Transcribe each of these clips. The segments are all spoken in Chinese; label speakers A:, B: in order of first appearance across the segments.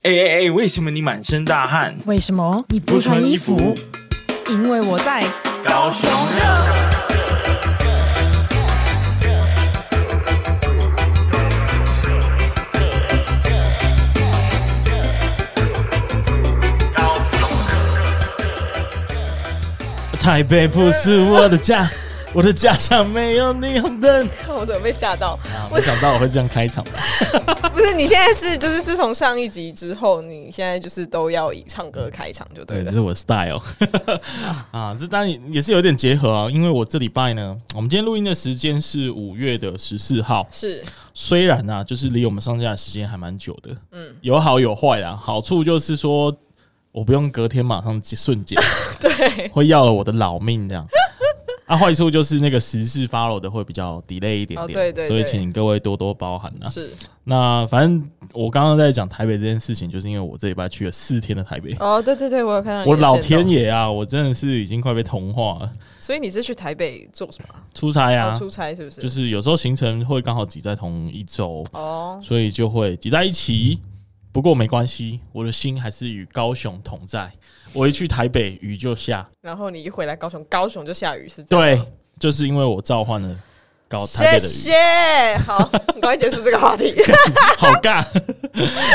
A: 哎哎哎，为什么你满身大汗？
B: 为什么你不穿衣服？因为我在。
A: 高雄台北不是我的家，我的家乡没有霓虹灯。
C: 我怎么被吓到？
A: 啊，没想到我会这样开场。
C: 不是，你现在是就是自从上一集之后，你现在就是都要以唱歌开场就对
A: 对，
C: 了
A: 这。是我的 style 啊，这当然也是有点结合啊，因为我这礼拜呢，我们今天录音的时间是五月的十四号，
C: 是
A: 虽然呢、啊，就是离我们上架的时间还蛮久的，嗯，有好有坏啦。好处就是说，我不用隔天马上接瞬间，
C: 对，
A: 会要了我的老命这样。啊，坏处就是那个时事 follow 的会比较 delay 一点点，
C: 哦对对
A: 所以
C: 对
A: 请各位多多包涵啊。
C: 是
A: 那反正我刚刚在讲台北这件事情，就是因为我这礼拜去了四天的台北，
C: 哦，对对对，我有看到。
A: 我老天！爷啊，我真的是已经快被同化了。
C: 所以你是去台北做什么啊？
A: 出差
C: 哦
A: 啊，
C: 出差是不是？
A: 就是有时候行程会刚好挤在同一周，
C: 哦，
A: 所以就会挤在一起。不过没关系，我的心还是与高雄同在。我一去台北，雨就下。
C: 然后你一回来高雄，高雄就下雨，是这样
A: 对
C: 吗。，
A: 就是因为我召唤了高台北
C: 谢
A: 的雨，
C: 谢，好， 你赶快结束这个话 题。
A: 好尬。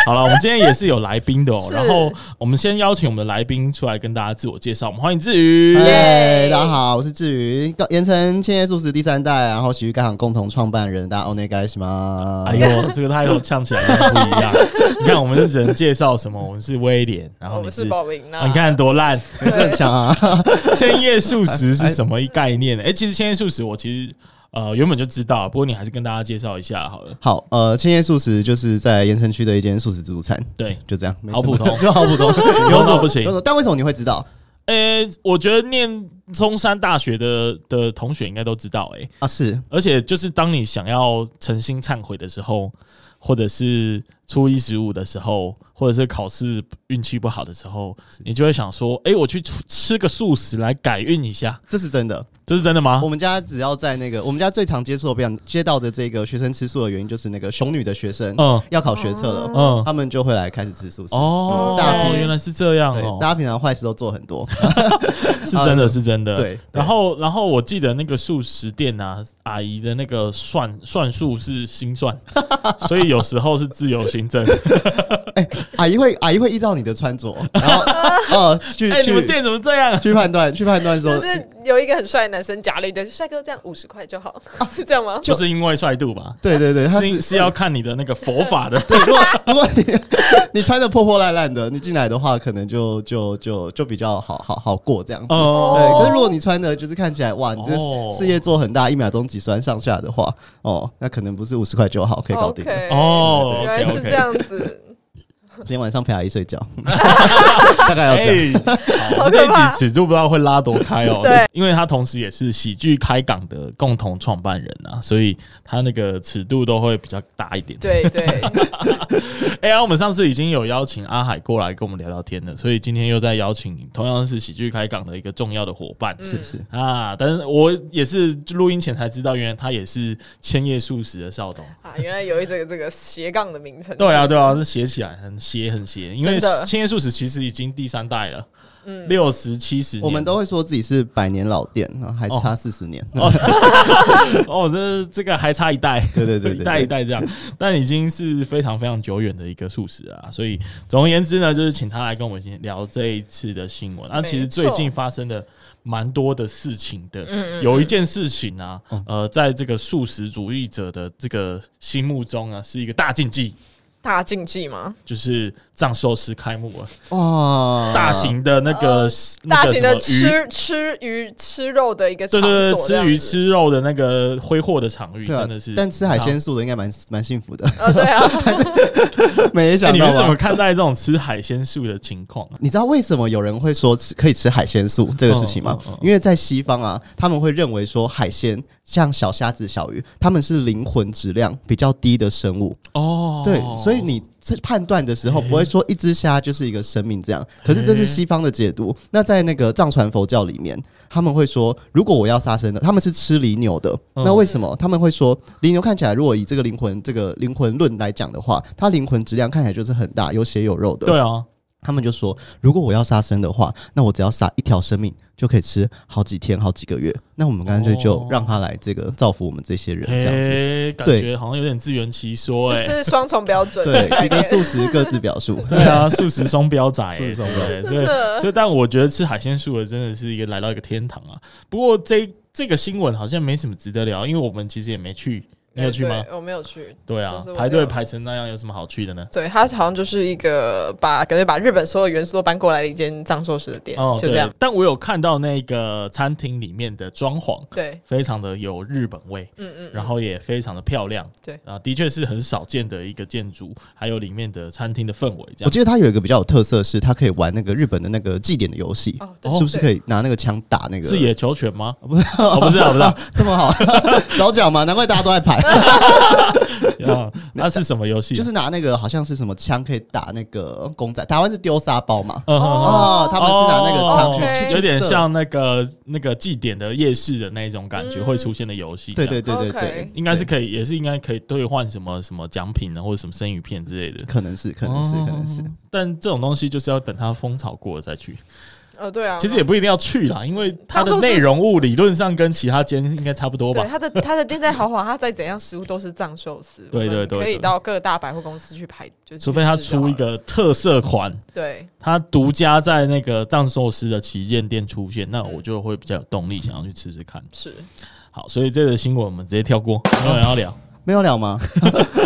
A: 好了，我们今天也是有来宾的哦、
C: 是
A: 然后我们先邀请我们的来宾出来跟大家自我介绍。我们欢迎志宇。
C: 耶
D: 嗨，大家好，我是志宇，高盐城千叶素食第三代，然后喜剧干行共同创办人，大家 o n e g a i s 吗？
A: 哎呦， 这个他又唱起来不一样。你看，我们是只能介绍什么？我们是威廉，然后
C: 哦我
A: 你
C: 们
A: 是
C: 是宝林
A: 啊
C: 啦。
A: 你看多烂！
D: 你是很强啊！
A: 千叶素食是什么概念呢？哎、其实千叶素食我其实呃原本就知道，不过你还是跟大家介绍一下好了。
D: 好，呃，千叶素食就是在盐城区的一间素食自助餐，
A: 对，
D: 就这样，没
A: 好
D: 什么
A: 普通
D: 就好普通，
A: 有什么不行
D: 有什么但为什么你会知道
A: 哎、我觉得念中山大学的的同学应该都知道、哎，
D: 啊？是
A: 而且就是当你想要诚心忏悔的时候，或者是初一十五的时候，或者是考试运气不好的时候，你就会想说，哎、我去吃吃个素食来改运一下，
D: 这是真的。
A: 这是真的吗
D: 我？们家只要在那个，我们家最常接触的不想接到的这个学生吃素的原因，就是那个熊女的学生
A: 嗯
D: 要考学测了，
A: 嗯，
D: 他们就会来开始吃素食。
A: 哦，
D: 嗯大批
A: 原来是这样
D: 对
A: 哦，，
D: 大家平常坏事都做很多，
A: 是真的，是真的。
D: 对对
A: 然后然后我记得那个素食店啊，阿姨的那个算算术是心 算，所以有时候是自由行政。
D: 哎阿姨会阿姨会依照你的穿着，然后哦去
A: 哎，你们
D: 去
A: 店怎么这样？
D: 去判断去判断说
C: 就，是有一个很帅的男生夹了一堆，帅哥这样五十块就好，哦是这样吗？
A: 就是因为帅度吧？
D: 对对对，他
A: 是
D: 是
A: 是要看你的那个佛法的
D: 对，如 果如果你你穿的破破烂烂的，你进来的话，可能就就就就比较好好好过这样子。
A: 哦。
D: 对，可是如果你穿的就是看起来哇，你这
A: 哦
D: 事业做很大，一秒钟几十万上下的话，哦，那可能不是五十块就好，可以搞定。
C: OK
A: 哦
C: 原来是
A: OK，OK
C: 这样子。
D: 今天晚上陪阿姨 睡觉，大概要这样。
A: 哎， 好
C: 好
A: 这一
C: 可怕
A: 集尺度不知道会拉多开哦。
C: 对，
A: 因为他同时也是喜剧开港的共同创办人啊，所以他那个尺度都会比较大一点。
C: 对对，
A: 哎、呀，我们上次已经有邀请阿海过来跟我们聊聊天了，所以今天又再邀请同样是喜剧开港的一个重要的伙伴。
D: 是是，
A: 啊，但是我也是录音前才知道，原来他也是千叶素食的少董。
C: 啊，原来有一这个这个斜杠的名称。
A: 对啊，对
C: 啊，
A: 啊，是写起来很斜很斜，因为
C: 真的嗯
A: 千叶素食其实已经第三代了，六十七十，
D: 我们都会说自己是百年老店，然后还差四十年。
A: 哦，这这个还差一代，
D: 对对对
A: 一
D: 对对
A: 代一代这样，但已经是非常非常久远的一个素食啊。所以总而言之呢，就是请他来跟我们先聊这一次的新闻。那、啊
C: 没
A: 其实最近
C: 错嗯
A: 发生的蛮多的事情的，有一件事情啊，
D: 嗯
A: 呃，在这个素食主义者的这个心目中啊，是一个大禁忌。
C: 大竞技嘛，
A: 就是藏寿司开幕了，
D: 哇，
A: 大型的那个、那
C: 啊大
A: 个什
C: 型的
A: 么鱼，
C: 吃吃鱼吃肉的一个
A: 对
C: 场所
A: 对对，
C: 这
A: 吃
C: 样
A: 鱼
C: 子。
A: 吃肉的那个挥霍的场域，
D: 对啊
A: 真的是。，
D: 但吃海鲜素的应该蛮蛮幸福的，
C: 呃，对 啊，
D: 没
A: 哎
D: 想
A: 你
D: 到
A: 们是怎么
D: 吧？
A: 看待这种吃海鲜素的情况啊？
D: 你知道为什么有人会说吃可以吃海鲜素这个事情吗
A: 嗯嗯嗯？
D: 因为在西方啊，他们会认为说海鲜像小虾子、小鱼，它们是灵魂质量比较低的生物，
A: 哦，
D: 对，所以你这判断的时候不会说一只虾就是一个生命这样，可是这是西方的解读。那在那个藏传佛教里面，他们会说，如果我要杀生的，他们是吃犁牛的，
A: 嗯
D: 那为什么他们会说犁牛看起来，如果以这个灵魂这个灵魂论来讲的话，它灵魂质量看起来就是很大，有血有肉的。
A: 对啊，
D: 他们就说，如果我要杀生的话，那我只要杀一条生命就可以吃好几天、好几个月。那我们干脆
A: 哦
D: 就让他来这个造福我们这些人，这样子。
A: 嘿，感
D: 对
A: 觉好像有点自圆其说
C: 就
A: 哎、
C: 是双重标准。
D: 对，一个素食，各自表述。
A: 对啊，素食双标仔、欸，
D: 素食双标
A: 对对，所以但我觉得吃海鲜素的真的是一个来到一个天堂啊。不过这这个新闻好像没什么值得聊，因为我们其实也没去，你有去吗？
C: 对？我没有去。
A: 对啊
C: 就是，我
A: 排
C: 没
A: 队
C: 有
A: 排成那样有什么好去的呢？
C: 对，它好像就是一个把感觉把日本所有元素都搬过来的一间藏寿司的店，
A: 哦，
C: 就这样
A: 对。。但我有看到那个餐厅里面的装潢，
C: 对，
A: 非常的有日本味，
C: 嗯嗯，
A: 然后也非常的漂亮。
C: 对
A: 啊，的确是很少见的一个建筑，还有里面的餐厅的氛围这
D: 我
A: 样。
D: 记得它有一个比较有特色，是它可以玩那个日本的那个祭典的游戏，
C: 哦，对
D: 是不是可
C: 以？
D: 以拿那个枪打那个？
A: 是野球拳吗？
D: 不是、
A: 哦不是啊不是啊
D: 这么好， 早讲嘛，难怪大家都在排。
A: 啊，那是什么游戏？
D: 就是拿那个好像是什么枪可以打那个公仔，台湾是丢沙包嘛？
A: 嗯，嗯嗯
D: 哦，他们是拿那个枪
A: 哦
D: 去、
C: OK
D: 去去
A: 有点
D: 射
A: 像那个那个祭典的夜市的那种感觉
C: 嗯
A: 会出现的游戏。
D: 对对
A: 这样，
D: 对对
C: OK
D: 对，
A: 应该是可以，也是应该可以兑换什么什么奖品啊，或者什么生鱼片之类的。
D: 可能是可能是可能是
A: 哦。但这种东西就是要等它风潮过了再去，
C: 哦，对啊。
A: 其实也不一定要去啦，因为它的
C: 藏寿司
A: 内容物理论上跟其他间应该差不多吧
C: 对。它的它的店在豪华，它再怎样食物都是藏寿司。
A: 对
C: 我
A: 对
C: 们
A: 对
C: 可以
A: 对
C: 到各大百货公司去排，就是
A: 除非它出一个特色款，
C: 对
A: 它独家在那个藏寿司的旗舰店出现，那我就会比较有动力想要去吃吃看。
C: 是
A: 好，所以这个新闻我们直接跳过，没有人要聊，
D: 没有聊吗？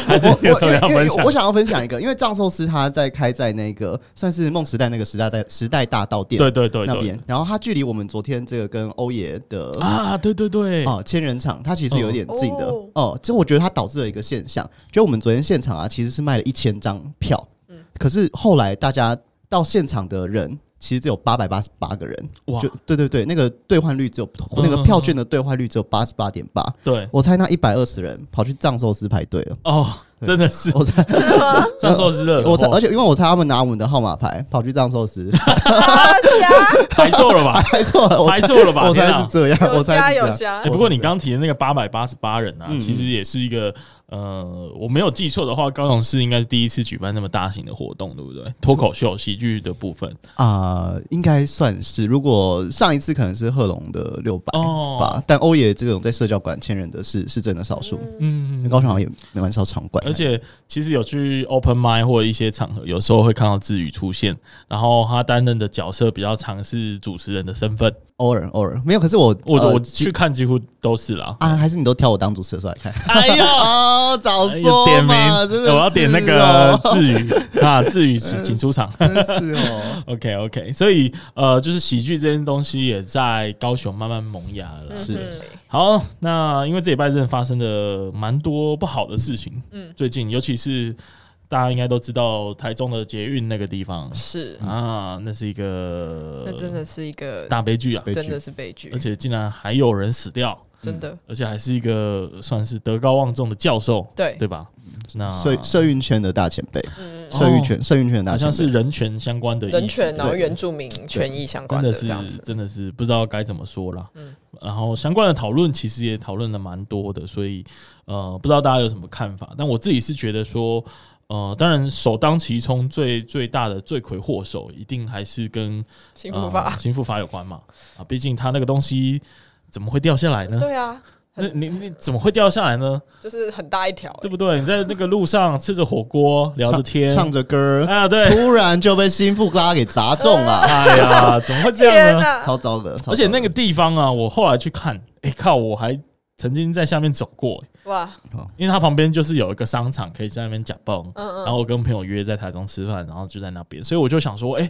A: 还是有什么要
D: 因
A: 分
D: 为
A: 享
D: 我？想要分享一个，因为藏寿司它在开在那个算是梦时代那个时代代时代大道店
A: 对对对
D: 那
A: 对
D: 边，然后它距离我们昨天这个跟欧爷的
A: 啊，对对对，
D: 哦，千人场它其实
A: 嗯
D: 有点近的
C: 哦
D: 哦。这我觉得它导致了一个现象，就我们昨天现场啊，其实是卖了一千张票，
C: 嗯
D: 可是后来大家到现场的人其实只有八百八十八个人，
A: 哇嗯
D: 就，对对对，那个兑换率只有那个票券的兑换率只有八十八点八，
A: 对
D: 我猜那一百二十人跑去藏寿司排队了，
A: 哦，真的是
D: 我猜，
A: 藏寿司的，
D: 哦
A: 哦
D: 我 猜，而
A: 且
D: 且因为我猜他们拿我们的号码牌跑去藏寿 司，
A: 排错了吧？
D: 排错了，我
A: 排错了吧？
D: 我
A: 天
D: 猜
A: 啊
D: 是这 样，我
C: 有
D: 猜
C: 虾
D: 是这
C: 有
D: 样。
C: 虾
A: 哎、，不过你刚提的那个八百八十八人啊，
D: 嗯
A: 其实也是一个呃，我没有记错的话，高雄市应该是第一次举办那么大型的活动，对不对？脱口秀、喜剧的部分，
D: 啊、应该算是。如果上一次可能是贺龙的六百
A: 哦
D: 吧，但欧爷这种在社交馆千人的是是真的少数，
A: 嗯，
D: 高雄好像也没蛮少场馆的，
A: 而且其实有去 open mic 或者一些场合，有时候会看到志宇出现，然后他担任的角色比较常是主持人的身份，
D: 偶尔偶尔没有。可是我
A: 我、
D: 呃
A: 我
D: 几
A: 去看几乎都是啦。
D: 啊，还是你都挑我当主持的时候来 看
A: 哎呀！
D: 哦，早
A: 哎
D: 说
A: 呦点名哎
D: 嘛，真的、，哦
A: 我要点那个志宇啊，志 宇请请出场。
D: 真 是哦，
A: OK OK，所以呃，就是喜剧这件东西也在高雄慢慢萌芽
C: 嗯
A: 了啦。
D: 是
A: 好，那因为这礼拜真的发生了蛮多不好的事情，嗯，最近尤其是大家应该都知道台中的捷运那个地方
C: 是，
A: 啊，那是一个
C: 那真的是一个
A: 大悲剧啊，
D: 悲
C: 真
D: 剧
C: 的。是悲剧
A: 而，且嗯竟然还有人死掉，
C: 真的
A: 而且还是一个算是德高望重的教授，
C: 对
A: 对吧？那
D: 啊社社运圈的大前辈，
C: 嗯
D: 社运圈社运圈的
A: 好
D: 大
A: 像
D: 前
A: 是
D: 辈，
A: 人权相关的
C: 人
A: 议题
C: 权然后
D: 对
C: 原住民权益相
A: 真
C: 关
A: 的
C: 这样
A: 是
C: 子，
A: 真的是不知道该怎么说啦。
C: 嗯
A: 然后相关的讨论其实也讨论了蛮多的，所以呃，不知道大家有什么看法？但我自己是觉得说，呃，当然首当其冲最最大的罪魁祸首一定还是跟
C: 幸福法
A: 呃，刑复法有关嘛啊，毕竟他那个东西怎么会掉下来呢？
C: 对啊，
A: 那你你怎么会掉下来呢？
C: 就是很大一条，欸
A: 对不对？你在那个路上吃着火锅聊着天，
D: 唱着歌，
A: 啊，对，
D: 突然就被心腹拉给砸中 了，
A: 哎呀，怎么会这样啊
C: 天
A: 呢？
C: 哪，
D: 超糟的。超
A: 而且
D: 糟
A: 那
D: 的
A: 个地方啊，我后来去看，哎、靠，我还曾经在下面走过、欸
C: 哇，
A: 因为它旁边就是有一个商场，可以在那边假蹦。
C: 嗯嗯，
A: 然后我跟朋友约在台中吃饭，然后就在那边，所以我就想说，哎、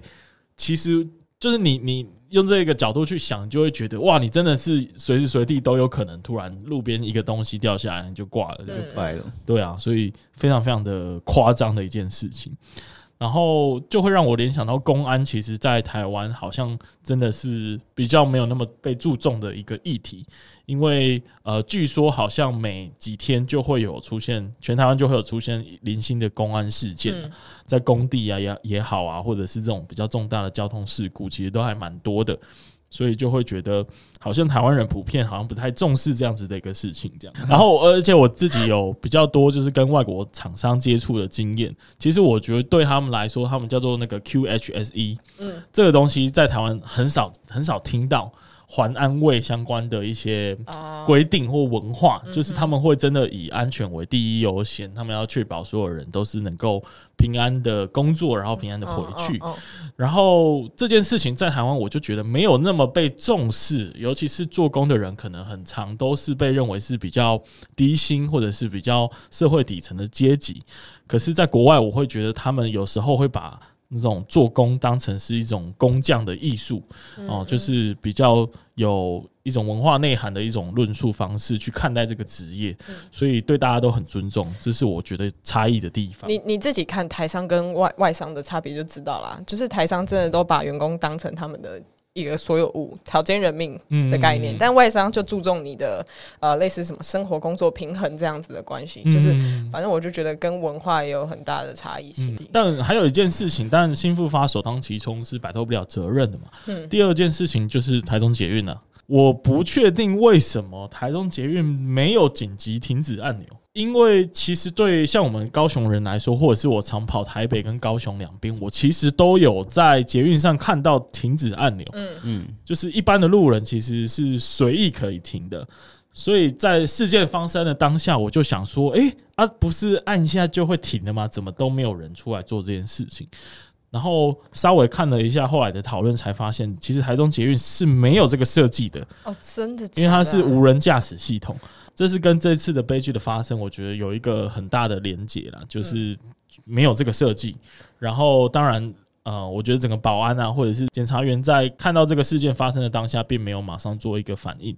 A: 其实就是你你用这个角度去想，就会觉得哇，你真的是随时随地都有可能突然路边一个东西掉下来，你就挂了，就
C: 嗯
D: 掰了，
A: 对啊，所以非常非常的夸张的一件事情。然后就会让我联想到公安，其实在台湾好像真的是比较没有那么被注重的一个议题，因为呃，据说好像每几天就会有出现，全台湾就会有出现零星的公安事件，
C: 嗯
A: 在工地啊也也好啊，或者是这种比较重大的交通事故，其实都还蛮多的。所以就会觉得，好像台湾人普遍好像不太重视这样子的一个事情，这样。然后，呃而且我自己有比较多就是跟外国厂商接触的经验，其实我觉得对他们来说，他们叫做那个 QHSE，
C: 嗯
A: E，这个东西在台湾很少很少听到环安卫相关的一些
C: 啊，
A: 规定或文化，就是他们会真的以安全为第一优先，他们要确保所有人都是能够平安的工作，然后平安的回去。
C: 嗯嗯
A: 然后这件事情在台湾，我就觉得没有那么被重视，尤其是做工的人，可能很长都是被认为是比较低薪或者是比较社会底层的阶级。可是，在国外，我会觉得他们有时候会把那种做工当成是一种工匠的艺术
C: 嗯
A: 哦，就是比较有一种文化内涵的一种论述方式去看待这个职业，
C: 嗯
A: 所以对大家都很尊重，这是我觉得差异的地方。
C: 你你自己看台商跟外外商的差别就知道啦，就是台商真的都把员工当成他们的一个所有物，草菅人命的概念，
A: 嗯
C: 但外商就注重你的呃类似什么生活工作平衡这样子的关系，就是
A: 嗯
C: 反正我就觉得跟文化也有很大的差异性。
A: 但还有一件事情，但新复发首当其冲是摆脱不了责任的嘛。
C: 嗯
A: 第二件事情就是台中捷运了、我不确定为什么台中捷运没有紧急停止按钮，因为其实对像我们高雄人来说，或者是我常跑台北跟高雄两边，我其实都有在捷运上看到停止按钮。
D: 嗯，
A: 就是一般的路人其实是随意可以停的。所以在事件发生的当下，我就想说，诶，啊，不是按一下就会停的吗？怎么都没有人出来做这件事情？然后稍微看了一下后来的讨论，才发现其实台中捷运是没有这个设计的，
C: 哦，真的，
A: 因为它是无
C: 人，
A: 人驾驶系统。这是跟这次的悲剧的发生，我觉得有一个很大的连结啦，就是没有这个设计。然后，当然，呃，我觉得整个保安啊，或者是检察员在看到这个事件发生的当下，并没有马上做一个反应。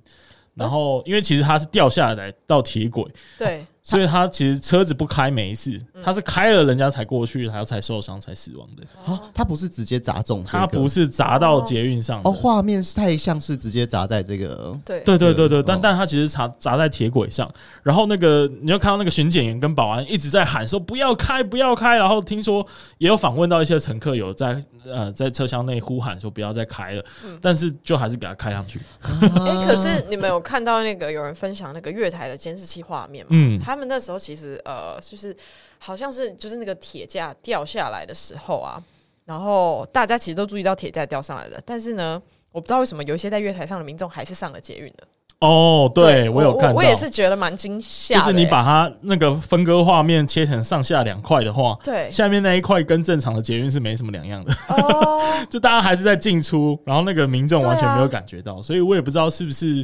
A: 然后，因为其实它是掉下来到铁轨，
C: 对，
A: 所以它其实车子不开没事，它是开了人家才过去，然后才受伤才死亡的。
D: 啊，他不是直接砸中这个，
A: 它不是砸到捷运上的
D: 哦，画面是太像是直接砸在这个，
C: 对，
A: 对对对嗯
D: 对
A: 对，但
D: 哦
A: 但他其实砸砸在铁轨上，然后那个你就看到那个巡检员跟保安一直在喊说不要开不要开，然后听说也有访问到一些乘客有在呃在车厢内呼喊说不要再开了，
C: 嗯
A: 但是就还是给他开上去，
C: 哎、可是你们有看到那个有人分享那个月台的监视器画面吗？
A: 嗯
C: 他们那时候其实呃，就是好像是就是那个铁架掉下来的时候啊，然后大家其实都注意到铁架掉上来了，但是呢，我不知道为什么有一些在月台上的民众还是上了捷运的。
A: 哦，对我有看到，
C: 我也是觉得蛮惊吓
A: 就
C: 的、欸
A: 是你把它那个分割画面切成上下两块的话，
C: 对
A: 下面那一块跟正常的捷运是没什么两样的。
C: 哦，
A: 就大家还是在进出，然后那个民众完全
C: 对啊
A: 没有感觉到，所以我也不知道是不是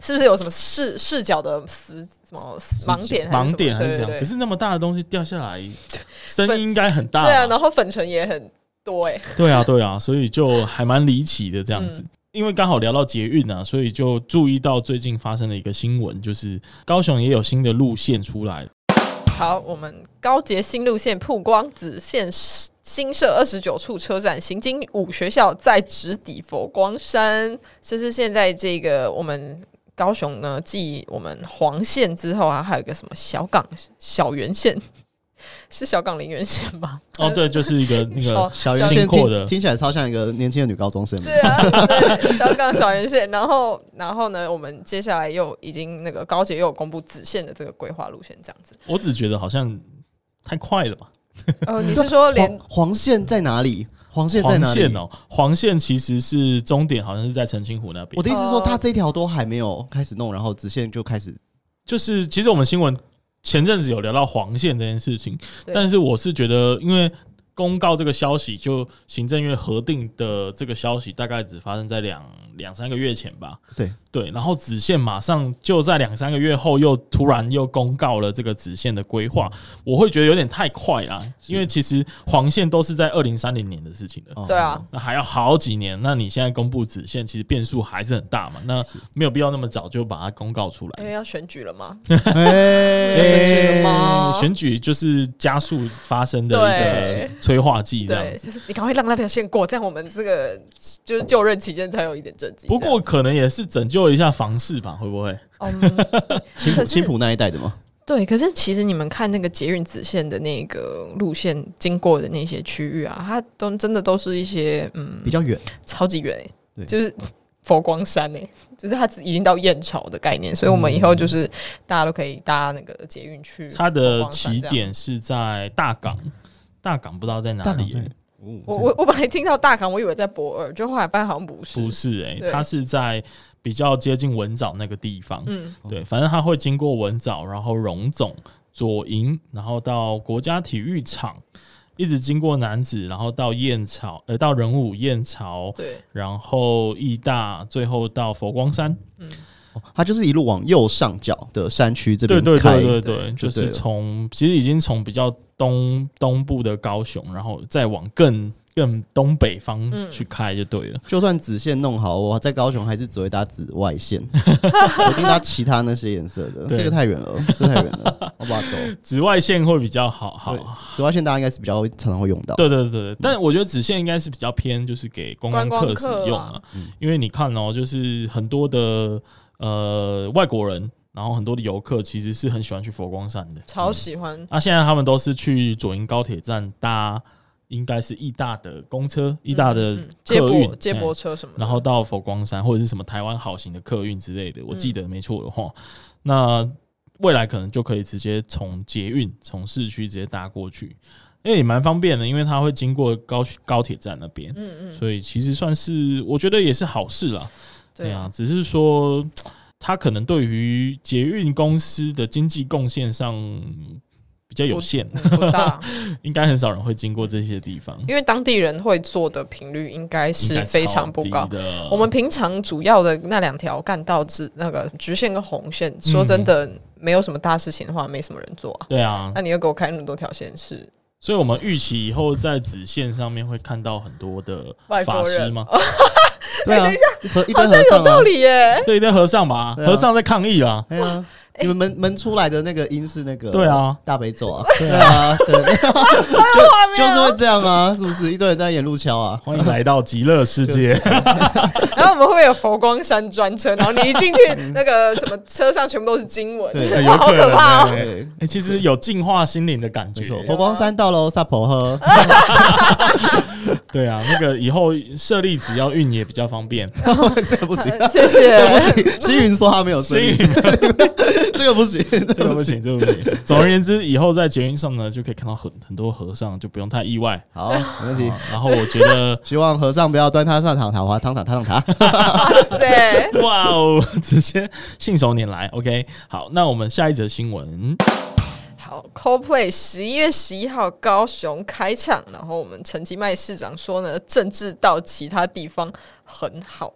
C: 是不是有什么视视角的死什么盲点还是什么
A: 盲点还是
C: 对
A: 怎
C: 对
A: 样。
C: 对
A: 可是那么大的东西掉下 来，声音应该很大吧。
C: 对啊，然后粉尘也很多哎、
A: 对啊，对啊，所 以就还蛮离奇的这样
C: 嗯
A: 子。因为刚好聊到捷运啊，所以就注意到最近发生的一个新闻，就是高雄也有新的路线出来了。
C: 好，我们高捷新路线曝光紫线新设二十九处车站，行经五学校，再直抵佛光山。这是现在这个我们高雄呢，继我们黄线之后啊，还有一个什么小港小圆线，是小港林园线吗？
A: 哦，对，就是一 个那个
C: 小
D: 小圆
A: 圆
D: 线
A: 线
D: 听
A: 扩的
D: 听起来超像一个年轻的女高中生。
C: 对啊，对小港小圆线。然后，然后呢，我们接下来又已经那个高捷又有公布紫线的这个规划路线，这样子。
A: 我只觉得好像太快了吧。
C: 呃，你是说连
D: 黄黄线在哪里？黄线在
A: 黄
D: 哪里
A: 线？哦，黄线其实是终点，好像是在澄清湖那边
D: 我。的意思是说，
C: 哦
D: 它这条都还没有开始弄，然后直线就开始
A: 就是其实我们新闻前阵子有聊到黄线这件事情，
C: 对
A: 但是我是觉得，因为公告这个消息，就行政院核定的这个消息，大概只发生在两两三个月前吧，
D: 对
A: 对，然后子线马上就在两三个月后又突然又公告了这个子线的规划，我会觉得有点太快啦，因为其实黄线都是在二零三零年的事情了。
D: 哦
C: 对啊，
A: 那还要好几年，那你现在公布子线，其实变数还是很大嘛。那没有必要那么早就把它公告出
C: 因
A: 来
C: 为。要选举了嘛，
D: 哎，
C: 选举了吗
A: 选举就是加速发生的一
C: 对
A: 个催化剂，这样
C: 对，
A: 子。
C: 就是你赶快让那条线过，这样我们这个就是就任期间才有一点政绩。
A: 不过可能也是拯救一下房市吧，会不会？
C: 这样，嗯，
D: 青
C: 可是
D: 浦青浦那一带的吗？
C: 对，可是其实你们看那个捷运子线的那个路线经过的那些区域啊，它都真的都是一些嗯
D: 比较远，
C: 超级远欸、
D: 对
C: 就是佛光山呢、就是它已经到燕巢的概念，所以我们以后就是大家都可以搭那个捷运去。
A: 它的起，点是在大港，大港不知道在哪
D: 大港
A: 里、
D: 在
A: 欸，
D: 哦
C: 我我我本来听到大港，我以为在博尔，就后来发现好像不是。
A: 不是哎、
C: 对
A: 它是在比较接近文藻那个地方。
C: 嗯，
A: 对，反正它会经过文藻，然后荣总、左营，然后到国家体育场，一直经过南子，然后到燕巢，呃，到仁武燕巢，
C: 对，
A: 然后义大，最后到佛光山。
D: 哦它就是一路往右上角的山区这
A: 对
D: 边
A: 对
D: 开
A: 对，对
C: 对
A: 对，就
D: 就对
A: 是
D: 了
A: 从其实已经从比较东东部的高雄，然后再往更更东北方
C: 嗯
A: 去开就对了。
D: 就算紫线弄好，我在高雄还是只会搭紫外 线，我一定搭其他那些颜色的。
A: 对
D: 这个太远了，这个太远 了，我把它抖。
A: 紫外线会比较好好
D: 对。，紫外线大家应该是比较常常会用到。
A: 对对对，对但我觉得紫线应该是比较偏，就是给观光
C: 观光
A: 客
C: 客
A: 使用
C: 啊
A: 啊，因为你看哦，就是很多的呃外国人，然后很多的游客其实是很喜欢去佛光山的。
C: 超喜欢。
A: 那、现在他们都是去左营高铁站搭，应该是义大的公车、义大的
C: 嗯接
A: 客运、
C: 驳接
A: 嗯
C: 驳车什么的，
A: 然后到佛光山或者是什么台湾好行的客运之类的，我
C: 嗯
A: 记得没错的话，那未来可能就可以直接从捷运从市区直接搭过去，哎、也蛮方便的，因为它会经过高高铁站那边，
C: 嗯嗯，
A: 所以其实算是我觉得也是好事啦。
C: 对
A: 啊
C: 啊，，
A: 只是说它可能对于捷运公司的经济贡献上比较有限，
C: 嗯不大，
A: 应该很少人会经过这些地方，
C: 因为当地人会做的频率应该
A: 应
C: 是
A: 该
C: 非常
A: 超
C: 不
A: 低
C: 高。
A: 的。
C: 我们平常主要的那两条干道之那个直线跟红线，说真的，
D: 嗯
C: 没有什么大事情的话，没什么人做啊。
A: 对啊，
C: 那你又给我开那么多条线是？
A: 所以我们预期以后在子线上面会看到很多的
C: 外国
A: 法
C: 人
A: 师吗？
D: 对
C: 哎
D: 啊，和一
C: 好像
D: 堆和尚
C: 有道
D: 啊，
C: 理耶。
A: 对，那和尚吧，
D: 对啊
A: 和尚在抗议 啦。
D: 哎呀，你们门门出来的那个音是那个
A: 对啊，
D: 大悲咒啊，对啊，对， 就
A: 哦
D: 就是会这样啊，是不是？一堆人在沿路敲啊，
A: 欢迎来到极乐世 界，
C: 然后我们会不会有佛光山专车？然后你一进去，那 个什么车上全部都是经文，
D: 对
A: 有
C: 哇，好
A: 可
C: 可
A: 能
C: 怕哦！
A: 欸
D: 对，
A: 哎，其实有净化心灵的感
D: 没
A: 觉。哦
D: 错，佛光山到喽，萨婆诃。
A: 对啊，那个以后设立只要运也比较方 便。
D: 这个不行，
C: 谢谢。
D: 这个不行。星云说他没有声音
A: 星，
D: 这个不行，
A: 这个不 行，这个不行。总而言之，以后在捷运上呢，就可以看到很很多和尚，就不用太意外。
D: 好，没问题，
A: 啊。然后我觉得
D: 希望和尚不要端他上塔塔滑汤塔塔上塔。
C: 对，
A: 哇哦，直接信手拈来。OK，好，那我们下一则新闻。
C: 好，CoPlay 十一月十一号高雄开唱，然后我们陈其迈市长说呢，政治到其他地方很好。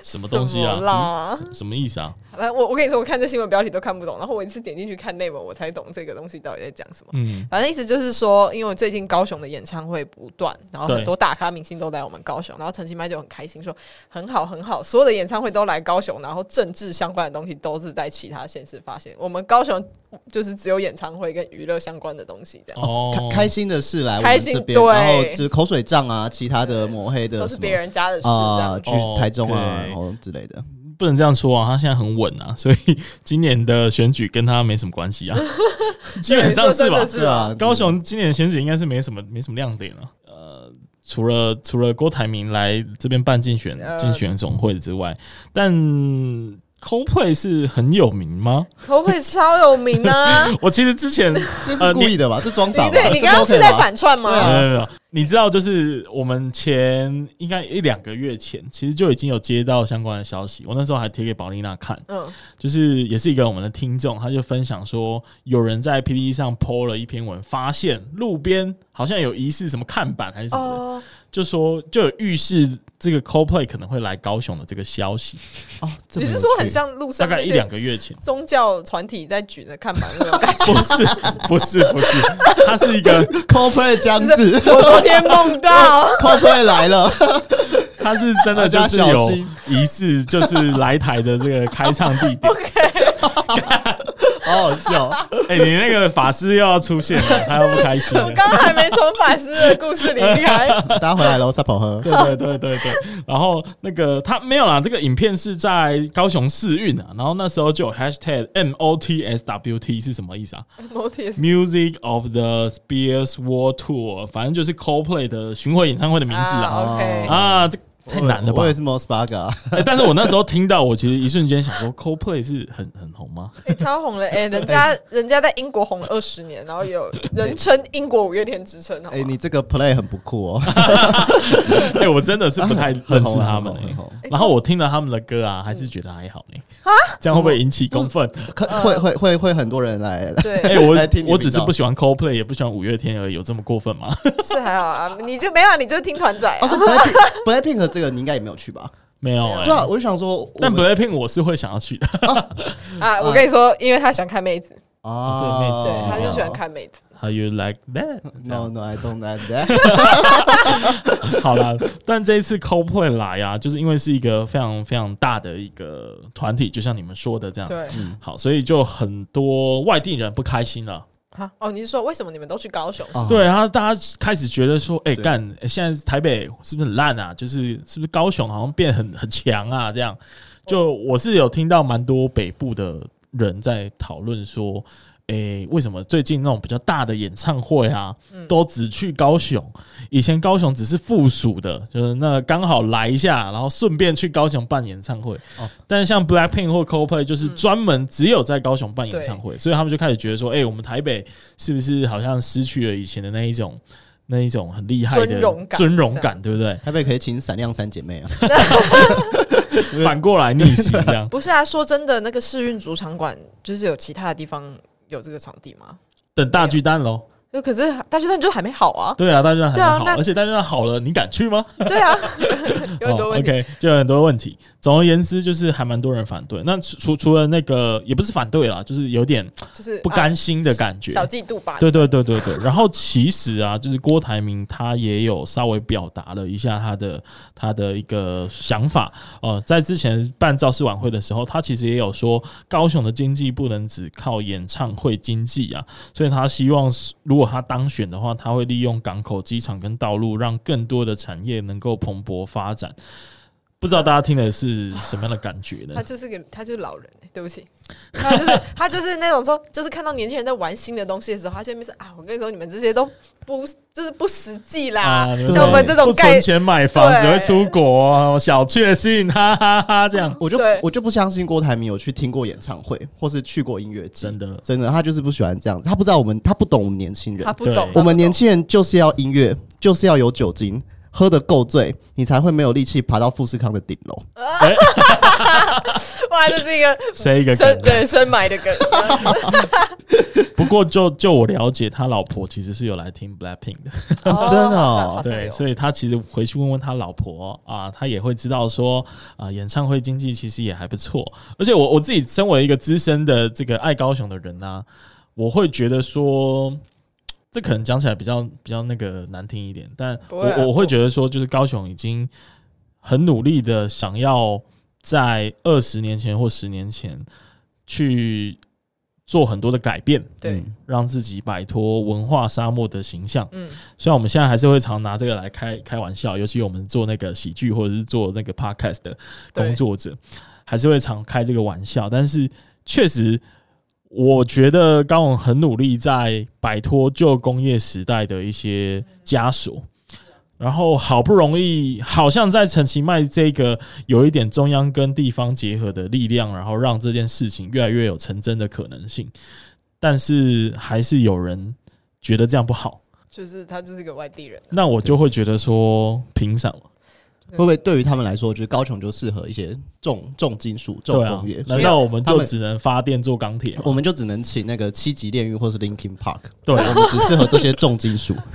A: 什么东西
C: 什
A: 啊？
C: 么啦
A: 嗯什什么意思啊？
C: 反正我我跟你说，我看这新闻标题都看不懂，然后我一次点进去看内文，我才懂这个东西到底在讲什么。
A: 嗯，
C: 反正意思就是说，因为最近高雄的演唱会不断，然后
A: 对
C: 很多大咖明星都来我们高雄，然后陈其迈就很开心说很好很好，所有的演唱会都来高雄，然后政治相关的东西都是在其他县市发现，我们高雄就是只有演唱会跟娱乐相关的东西这样。
A: 哦
D: 开开心的事来我
C: 开
D: 们
C: 心
D: 这边，
C: 对
D: 然后就是口水仗啊，其他的抹黑的
C: 都是
D: 什么
C: 别人家的事，这
D: 啊，
C: 样
D: 去
A: 哦
D: 台中啊，
A: 对
D: 然后之类的。
A: 不能这样说啊，他现在很稳啊，所以今年的选举跟他没什么关系 啊，基本上是吧
C: 对说真的？是啊
A: 高雄今年的选举应该是没什么没什么亮点了、呃，除了除了郭台铭来这边办竞选
C: 呃
A: 竞选总会之外，但 CoPlay 是很有名吗？
C: 头会超有名 啊！
A: 我其实之前
D: 这
A: 呃
D: 是故意 的吧？这装傻吧
C: 你？对你
D: 这
C: 刚刚
D: 都可以
C: 是在
D: 吧
C: 反串吗？
D: 对啊
A: 没有没有没有，你知道，就是我们前应该一两个月前，其实就已经有接到相关的消息。我那时候还贴给宝丽娜看，
C: 嗯，
A: 就是也是一个我们的听众，他就分享说，有人在 PPT 上 PO 了一篇文，发现路边好像有疑似什么看板还是什么的，
C: 哦，
A: 就说就有预示这个 CoPlay 可能会来高雄的这个消 息，
D: 哦，这
C: 你
D: 么
C: 是
D: 有
C: 说很
D: 趣
C: 像路
A: 大
C: 上
A: 概
C: 那
A: 一
C: 些
A: 两个月前。
C: 宗教团体在举着看板那种感觉？
A: 不是不是不是，它是一个
D: Coldplay 江 子
C: 我昨天梦到，
D: ，Coldplay 来了，
A: 它是真的就是
D: 大家小
A: 有
D: 心
A: 仪式，就是来台的这个开唱地 点。
D: 好好笑。
A: 哎、你那个法师又要出现了，他又不开心了
C: 我。刚刚还没从法师的故事离 开。
D: 大家回来喽，撒跑喝。
A: 对对对对对，然后那个他没有啦，这个影片是在高雄试运啊，然后那时候就有 hashtag M O T S W T 是什么意思啊
C: Motis
A: ？Music of the Spears World Tour，反正就是 Coldplay 的巡回演唱会的名字啊
C: 啊 ，OK，
D: 哦
A: 啊，这太难了吧
D: 我？也是 Mos 啊 Baga，
A: 哎但是我那时候听到，我其实一瞬间想说，Coldplay 是很很红吗？
C: 哎超红了，哎，人家人家在英国红了二十年，然后有人称英国五月天之称，好吗
D: 哎，你这个 play 很不酷 哦，
A: 哎、我真的是不太认
D: 很
A: 识
D: 红
A: 他们、
D: 很红
A: 欸
D: 很红。
A: 然后我听了他们的歌啊，还是觉得还好呢、这样会不会引起公愤？
D: 可会会会会很多人来来
C: 对，
A: 哎、
D: 来听你
A: 我我
D: 的
A: 只是
D: 频道
A: 不喜欢 Coldplay，也不喜欢五月天而已，有这么过分吗？
C: 是还好啊，你就没有，你就听团仔啊。
D: 哦，说 Black Black Pink 这个你应该也没有去吧？
A: 没有哎、
D: 对啊，我就想说我们，
A: 但 Blackpink 我是会想要去的。
C: 啊，我跟你说，因为他喜欢看妹子，
D: 啊，
A: 哦
C: 对，他就喜欢看妹子。
A: How you like that？这
D: No
A: 样
D: no, I don't like that 。
A: 好啦，但这一次 Coldplay 来啊，就是因为是一个非常非常大的一个团体，就像你们说的这样。
C: 对，
A: 好，所以就很多外地人不开心了。
C: 好哦，你是说为什么你们都去高雄？
D: 哦
A: 对，然后大家开始觉得说，哎、
D: 对
A: 干、欸现在台北是不是很烂啊？就是是不是高雄好像变很很强啊？这样，就我是有听到蛮多北部的人在讨论说，哎、为什么最近那种比较大的演唱会啊，
D: 嗯
A: 都只去高雄？以前高雄只是附属的，就是那刚好来一下，然后顺便去高雄办演唱会。
D: 哦嗯
A: 但是像 Blackpink 或 Coldplay 就是专门只有在高雄办演唱会，所以他们就开始觉得说，哎、我们台北是不是好像失去了以前的那一种那一种很厉害的
C: 尊荣感，
A: 尊荣感，对不对？
D: 台北可以请闪亮三姐妹啊，
A: 反过来逆袭这样
C: 不是啊，说真的，那个世运主场馆就是有其他的地方有这个场地吗？
A: 等大巨蛋 喽。，
C: 就可是大巨蛋就还没好啊
A: 对啊，大巨蛋
C: 对啊
A: 很好，
C: 那
A: 而且大巨蛋好了，你敢去吗？
C: 对啊，有很多
A: 哦
C: 问题。
A: OK，就有很多问题。总而言之，就是还蛮多人反对。那除除除了那个，也不是反对啦，就是有点
C: 就是
A: 不
C: 啊
A: 甘心的感觉。
C: 小嫉妒吧。
A: 对对对对对。然后其实啊，就是郭台铭他也有稍微表达了一下他的他的一个想法哦、呃在之前办造势晚会的时候，他其实也有说，高雄的经济不能只靠演唱会经济啊，所以他希望如果他当选的话，他会利用港口、机场跟道路，让更多的产业能够蓬勃发展。不知道大家听的是什么样的感觉 呢
C: 他？就是个，他就是老人、对不起，他就是他就是那种说，就是看到年轻人在玩新的东西的时候，他就在那边说啊，我跟你说，你们这些都不就是不实际啦，
A: 啊，你
C: 像我们这种
A: 不
C: 概
A: 存钱买房，
C: 对
A: 只会出国，哦小确幸，哈哈哈，这样。
D: 我就
C: 对
D: 我就不相信郭台铭有去听过演唱会，或是去过音乐季，
A: 真的
D: 真的，他就是不喜欢这样，他不知道我们，他不懂我们年轻人
C: 他，不懂
A: 对
D: 我们年轻人就是要音乐，就是要有酒精。喝得够醉，你才会没有力气爬到富士康的顶楼。
C: 嗯哇，这是一个
A: 塞一个
C: 深
A: 梗。
C: 对深埋 的梗，
A: 不过就就我了解，他老婆其实是有来听 Blackpink 的，
D: 啊真的哦
C: 好像
A: 对，
C: 有
A: 所以他其实回去问问他老婆啊，他也会知道说啊、演唱会经济其实也还不错。而且我我自己身为一个资深的这个爱高雄的人呢、我会觉得说。这可能讲起来比较比较那个难听一点，但
C: 不
A: 我、
C: 会啊
A: 我会
C: 不
A: 觉得说，就是高雄已经很努力的想要在二十年前或十年前去做很多的改变，
C: 对，
D: 嗯
A: 让自己摆脱文化沙漠的形象。
C: 嗯，
A: 虽然我们现在还是会常拿这个来开开玩笑，尤其我们做那个喜剧或者是做那个 podcast 的工作者，还是会常开这个玩笑。但是确实，我觉得高永很努力在摆脱旧工业时代的一些枷锁。然后好不容易，好像在陈其迈这个有一点中央跟地方结合的力量，然后让这件事情越来越有成真的可能性。但是还是有人觉得这样不好，
C: 就是他就是个外地人，
A: 那我就会觉得说，凭什么？
D: 会不会对于他们来说，就是高雄就适合一些重重金属、重
A: 对啊
D: 工业？，所
A: 难
D: 以
A: 道我们
D: 他
A: 就
D: 们
A: 只能发电做钢铁吗？
D: 我们就只能请那个七级炼狱或是 Linkin Park？
A: 对
D: 我们只适合这些重金属。。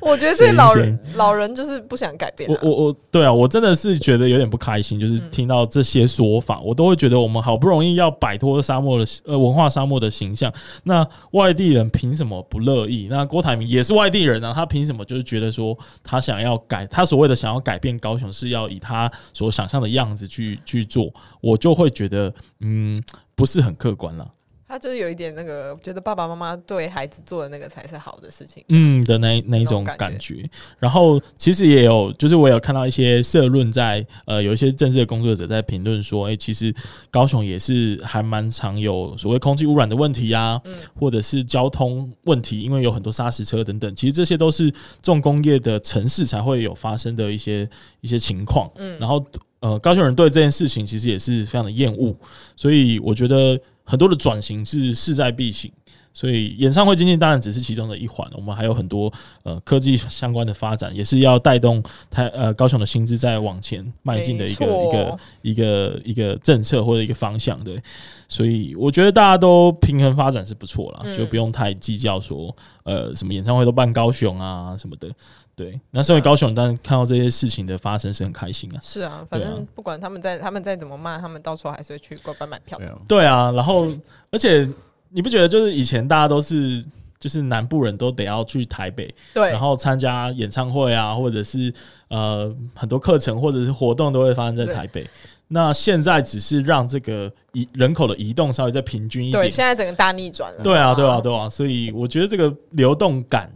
C: 我觉得这老人老人就是不想改变、啊
A: 我。我我对啊，我真的是觉得有点不开心，就是听到这些说法，我都会觉得我们好不容易要摆脱沙漠的呃文化沙漠的形象，那外地人凭什么不乐意？那郭台铭也是外地人啊，他凭什么就是觉得说他想要改，他所谓的想要改变高雄是要以他所想象的样子去去做，我就会觉得嗯不是很客观了，
C: 他就是有一点那个，觉得爸爸妈妈对孩子做的那个才是好的事情。
A: 嗯的那那一
C: 那
A: 种
C: 种
A: 感
C: 感
A: 觉。然后其实也有，就是我有看到一些社论在呃，有一些政治的工作者在评论说，哎、其实高雄也是还蛮常有所谓空气污染的问题啊，或者是交通问题，因为有很多砂石车等等，其实这些都是重工业的城市才会有发生的一些一些情况。嗯，然后呃，高雄人对这件事情其实也是非常的厌恶，所以我觉得很多的转型是势在必行。所以演唱会经济当然只是其中的一环，我们还有很多呃科技相关的发展，也是要带动台呃高雄的薪资在往前迈进的一个
C: 没
A: 一个
C: 错
A: 一个一个政策或者一个方向，对。所以我觉得大家都平衡发展是不错啦，
C: 嗯
A: 就不用太计较说呃什么演唱会都办高雄啊什么的。对，那
C: 嗯
A: 身为高雄人，当然看到这些事情的发生是很开心啊。
C: 是啊，反
A: 对啊
C: 正不管他们在他们再怎么骂，他们到时候还是会去乖乖买票的。
A: 对啊，然后而且你不觉得就是以前大家都是就是南部人都得要去台北，
C: 对，
A: 然后参加演唱会啊，或者是呃很多课程或者是活动都会发生在
C: 对
A: 台北。那现在只是让这个移人口的移动稍微再平均一点
C: 对，，现在整个大逆转了。
A: 对啊，对啊，，对啊，所以我觉得这个流动感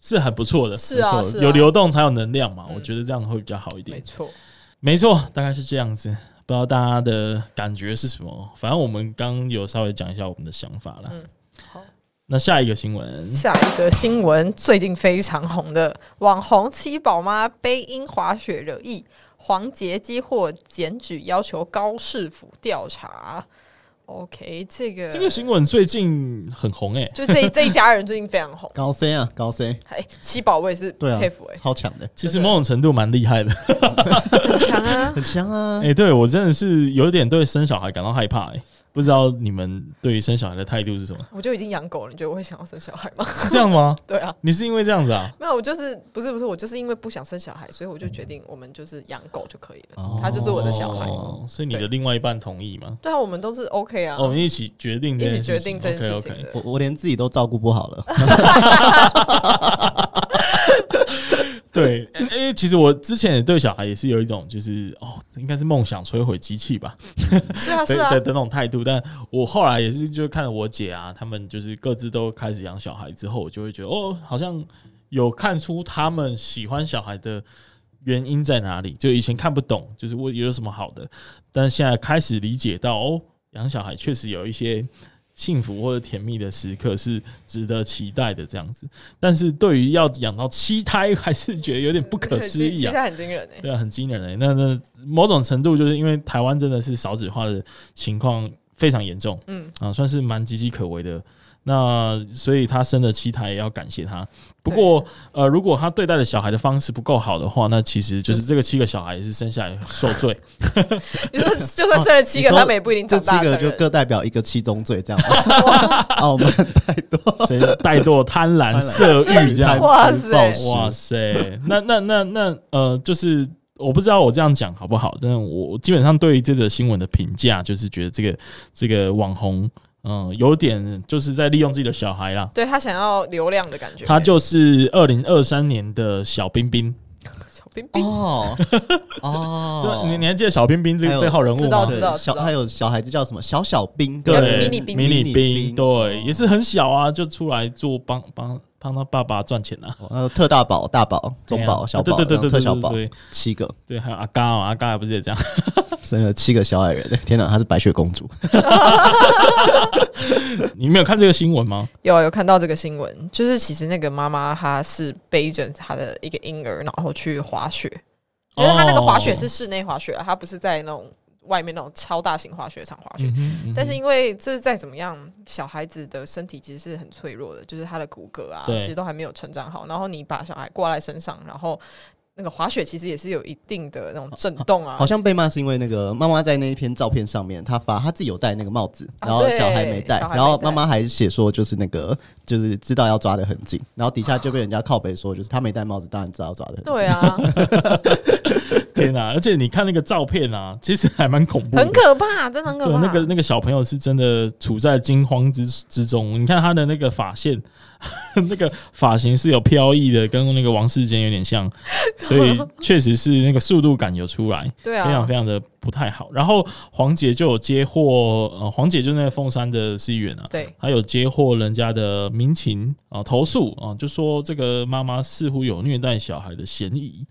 A: 是很不错的，
C: 是啊
A: 没错
C: 是啊
A: 有流动才有能量嘛，
C: 嗯
A: 我觉得这样会比较好一点
C: 没。错。
A: 没错，大概是这样子。不知道大家的感觉是什么？反正我们刚有稍微讲一下我们的想法啦。
C: 嗯好
A: 那下一个新闻，
C: 下一则啊新闻，最近非常红的网红七宝妈背因滑雪惹议，黄杰基获检举，要求高市府调查。OK，这个
A: 这个新闻最近很红诶、
C: 就这一这一家人最近非常红
D: 高 C 啊，高 C，
C: 哎，七宝我也是
D: 对啊
C: 佩服哎、
D: 超强 的，
A: 其实某种程度蛮厉害的。
C: 很强啊！
D: 很强啊
A: 哎、！对我真的是有点对生小孩感到害怕诶、不知道你们对于生小孩的态度是什 么？
C: 我就已经养狗了，你觉得我会想要生小孩吗？
A: 是这样吗？
C: 对啊，
A: 你是因为这样子啊？
C: 没有，我就是不是不是，我就是因为不想生小孩，所以我就决定我们就是养狗就可以了，
D: 哦
C: 它就是我的小孩。
A: 哦，所以你的
C: 对
A: 另外一半同意吗？
C: 对啊，我们都是 OK 啊，
A: 哦，我们一起决定这
C: 一
A: 件
C: 起
A: 事情，
C: 决定这件事情
A: OK，OK
C: 的。
D: 我我连自己都照顾不好了，
A: 对，哎、哎其实我之前也对小孩也是有一种，就是哦，应该是梦想摧毁机器吧，
C: 是啊，
A: 对
C: 是啊
A: 的，的那种态度。但我后来也是，就看了我姐啊，他们就是各自都开始养小孩之后，我就会觉得哦，好像有看出他们喜欢小孩的原因在哪里。就以前看不懂，就是我有什么好的，但现在开始理解到哦，养小孩确实有一些。幸福或者甜蜜的时刻是值得期待的，这样子。但是对于要养到七胎，还是觉得有点不可思议啊
C: 期！待很惊 人哎、
A: 对啊，很惊人诶、那那某种程度就是因为台湾真的是少子化的情况非常严重，
C: 嗯，
A: 啊，算是蛮岌岌可危的。那所以他生了七胎，也要感谢他。不过，呃，如果他对待的小孩的方式不够好的话，那其实就是这个七个小孩也是生下来受罪。
C: 你说就算生了七个，
D: 你说
C: 他们也不一定
D: 这
C: 长 大
D: 七个
C: 成
D: 就
C: 人。
D: 各代表一个七宗罪， 这样 吗？傲慢太多，
A: 谁怠惰、贪婪、
D: 婪
A: 色欲这样
D: 贪。
C: 哇
D: 吃
C: 塞
D: 暴食
A: 哇塞，那那那那呃，就是我不知道我这样讲好不好，但是我我基本上对于这则新闻的评价就是觉得这个这个网红，嗯、有点就是在利用自己的小孩啦。
C: 对他想要流量的感觉，
A: 他就是二零二三年的小冰冰，
C: 小冰冰，
D: 哦哦
A: 这，你你还记得小冰冰这
D: 还
A: 个
D: 有
A: 这号人物
C: 知
A: 吗
C: 道？
D: 对
C: 知道
D: 小
C: 知道
D: 还有小孩子叫什么小小兵，
A: 对，
C: 迷你冰
A: 迷你
D: 迷你
A: 冰，
D: 冰
A: 对，
D: 哦
A: 也是很小啊，就出来做帮帮帮他爸爸赚钱啊，
D: 呃，特大宝、大宝、中宝、
A: 啊
D: 小
A: 对
D: 宝，
A: 对对
D: 然后
A: 对
D: 特
A: 对
D: 小
A: 对
D: 宝，
A: 对
D: 七个
A: 对，还有阿嘎哦，阿嘎不是也这样？
D: 生了七个小矮人，天哪，她是白雪公主，
A: 你没有看这个新闻吗？
C: 有有看到这个新闻，就是其实那个妈妈她是背着她的一个婴儿，然后去滑雪，因为她那个滑雪
A: 哦
C: 是室内滑雪啊，她不是在那种外面那种超大型滑雪场滑雪。
A: 嗯哼，嗯
C: 但是
A: 哼
C: 因为这再怎么样，小孩子的身体其实是很脆弱的，就是他的骨骼啊，
A: 对
C: 其实都还没有成长好。然后你把小孩挂在身上，然后那个滑雪其实也是有一定的
A: 哦
C: 那种震动啊，
D: 好像被骂是因为那个妈妈在那一篇照片上面，她发她自己有戴那个帽子，
C: 啊
D: 然后小孩
C: 对
D: 没戴，
C: 小孩
D: 然后
C: 没戴
D: 妈妈还写说就是那个就是知道要抓的很紧，然后底下就被人家靠背说就是她没戴帽子，当然知道要抓的很紧。
C: 对啊，
A: 天哪、而且你看那个照片啊，其实还蛮恐怖的，
C: 很可怕，真的很可
A: 对，
C: 怕。
A: 那个那个小朋友是真的处在惊慌之之中。你看他的那个发线， 那个发型是有飘逸的，跟那个王世坚有点像，所以确实是那个速度感有出来，
C: 对
A: 非常
C: 啊
A: 非，常的不太好。然后黄姐就有接获，呃，黄姐就那个凤山的市议员啊。
C: 对，
A: 她有接获人家的民情啊、投诉啊、就说这个妈妈似乎有虐待小孩的嫌疑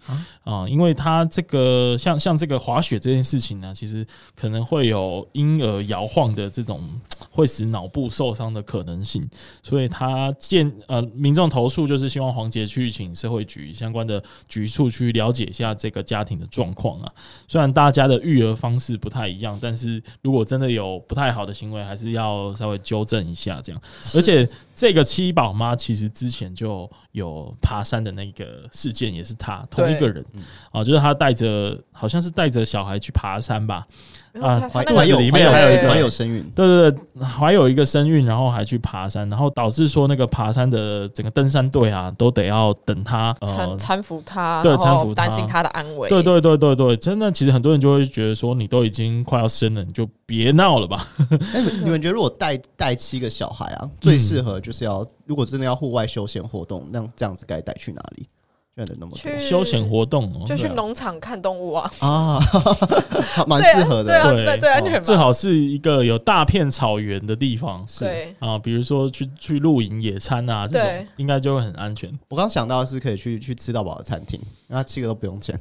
A: 啊、因为她这个像像这个滑雪这件事情啊呢，其实可能会有婴儿摇晃的这种会使脑部受伤的可能性，所以他建呃民众投诉就是希望黄杰去请社会局相关的局处去了解一下这个家庭的状况啊。虽然大家的育儿方式不太一样，但是如果真的有不太好的行为，还是要稍微纠正一下这样。而且这个七宝妈其实之前就有爬山的那个事件，也是她同一个人啊，就是她带着好像是带着小孩去爬山吧，
C: 没有
A: 啊
C: 他他
D: 怀
C: 那
A: 怀
C: 个
D: 怀有
A: 是里
D: 怀
A: 面
D: 有
A: 有
C: 对
A: 一个
D: 怀有身孕，
A: 对对对，还有一个身孕，然后还去爬山，然后导致说那个爬山的整个登山队啊，都得要等他呃
C: 搀。搀扶他，
A: 对
C: 然后
A: 搀扶他
C: 担心他的安危。
A: 对对对对对，真的，其实很多人就会觉得说，你都已经快要生了，你就别闹了吧。
D: 但 是你们觉得如果带带七个小孩啊，最适合就是要如果真的要户外休闲活动，那这样子该带去哪里？现在人那么多
C: 去
A: 休闲活动哦，
C: 就去
A: 对啊
C: 农场看动物啊，
D: 啊， 蛮
C: 最
D: 适合
C: 对
D: 的。
C: 啊，
A: 对哦
C: 最最安全吧，
A: 最好是一个有大片草原的地方
D: 是
C: 对
A: 啊，比如说去去露营、野餐啊，这
C: 对
A: 种应该就会很安全。
D: 我刚想到的是可以去去吃到饱的餐厅，然后七个都不 用钱，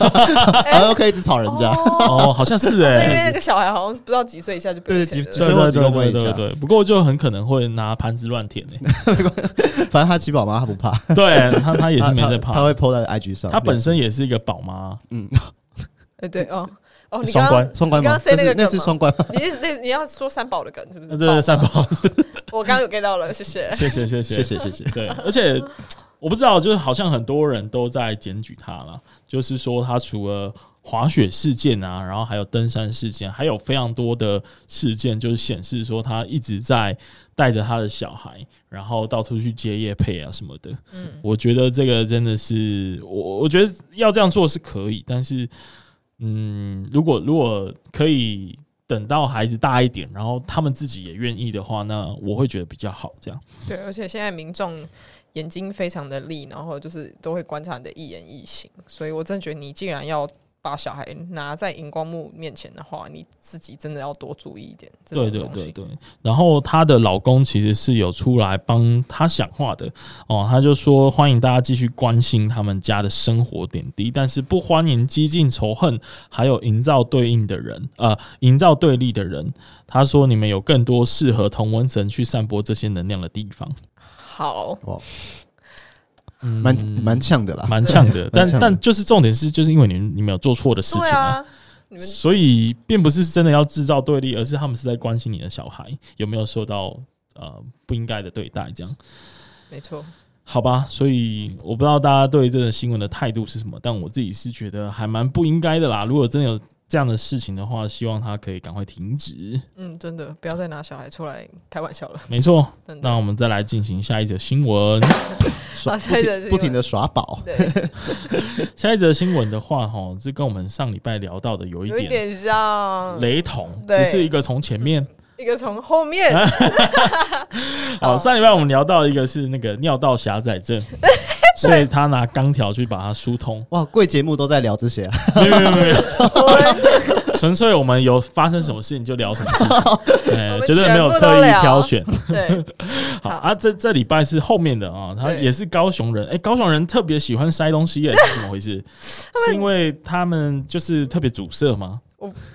C: 哎
D: 然后可以一直吵人家。
C: 哦
A: 哦，好像是哎、
C: 对，因为那个小孩好像不知道几岁以下就不用
D: 对
C: 钱
D: 几
C: 了
D: 几
A: 对对
D: 最后几
A: 对
D: 个问
A: 对
D: 一下
A: 对对，不过就很可能会拿盘子乱 舔哎、
D: 反正他七宝妈他不怕，
A: 对他他也是没在
D: 他
A: 怕，
D: 他会 PO 在 IG 上。
A: 他本身也是一个宝妈，
D: 嗯，
C: 哎对哦哦，你
A: 双
C: 刚刚
A: 关
D: 双关
C: 你刚
D: 吗
C: 刚？塞
D: 那
C: 那个
D: 是那
C: 梗
D: 是
C: 吗
D: 双关吗？
C: 你是那你要说三宝的梗是不
A: 对
C: 是？
A: 对，三宝，
C: 我刚刚有 get 到了，谢谢。
A: 谢谢谢谢。
D: 谢谢谢谢。
A: 对，而且我不知道，就是好像很多人都在检举他了，就是说他除了滑雪事件啊，然后还有登山事件，还有非常多的事件，就是显示说他一直在带着他的小孩，然后到处去接夜配啊什么的。
C: 嗯，
A: 我觉得这个真的是我，我觉得要这样做是可以，但是，嗯，如果如果可以等到孩子大一点，然后他们自己也愿意的话，那我会觉得比较好。这样，
C: 对，而且现在民众眼睛非常的利，然后就是都会观察你的一言一行，所以我真的觉得你既然要把小孩拿在荧光幕面前的话，你自己真的要多注意一点。这
A: 对
C: 种
A: 对
C: 东
A: 对
C: 西
A: 对。然后她的老公其实是有出来帮她讲话的哦，他就说欢迎大家继续关心他们家的生活点滴，但是不欢迎激进仇恨，还有营造对应的人，呃，营造对立的人。他说你们有更多适合同温层去散播这些能量的地方。
C: 好，
D: 哇，
A: 嗯
D: 蛮蛮呛的啦。
A: 蛮呛的，但
D: 蛮呛的
A: 但就是重点是，就是因为你们你们有做错的事情
C: 对啊，你们
A: 所以并不是真的要制造对立，而是他们是在关心你的小孩有没有受到呃不应该的对待，这样
C: 没错，
A: 好吧？所以我不知道大家对这个新闻的态度是什么，但我自己是觉得还蛮不应该的啦。如果真的有这样的事情的话，希望他可以赶快停止。
C: 嗯，真的不要再拿小孩出来开玩笑了，
A: 没错，
C: 真的。
A: 那我们再来进行下一则新 闻。
D: 耍
C: 啊下一个是
D: 不停的耍 宝，
C: 对，
A: 下一则新闻的话，哈，这跟我们上礼拜聊到的有一
C: 有一
A: 点
C: 点像
A: 雷同，
C: 对
A: 只是一个从前面
C: 一个从后面，
A: 哦，
C: 好
A: 上礼拜我们聊到一个是那个尿道狭窄 症，所以他拿钢条去把它疏通。
D: 哇，贵节目都在聊这些啊。
A: 没有没有没有没有，
C: 我们
A: 纯粹我们有发生什么事情就聊什么事情，哎
C: 我，们
A: 绝对没有
C: 全部都
A: 刻意
C: 聊
A: 挑选。
C: 对
A: 好
C: 好
A: 啊，这这礼拜是后面的啊，他
C: 对
A: 也是高雄人，哎，高雄人特别喜欢塞东西耶，哎是怎么回事？是因为他们就是特别阻塞吗？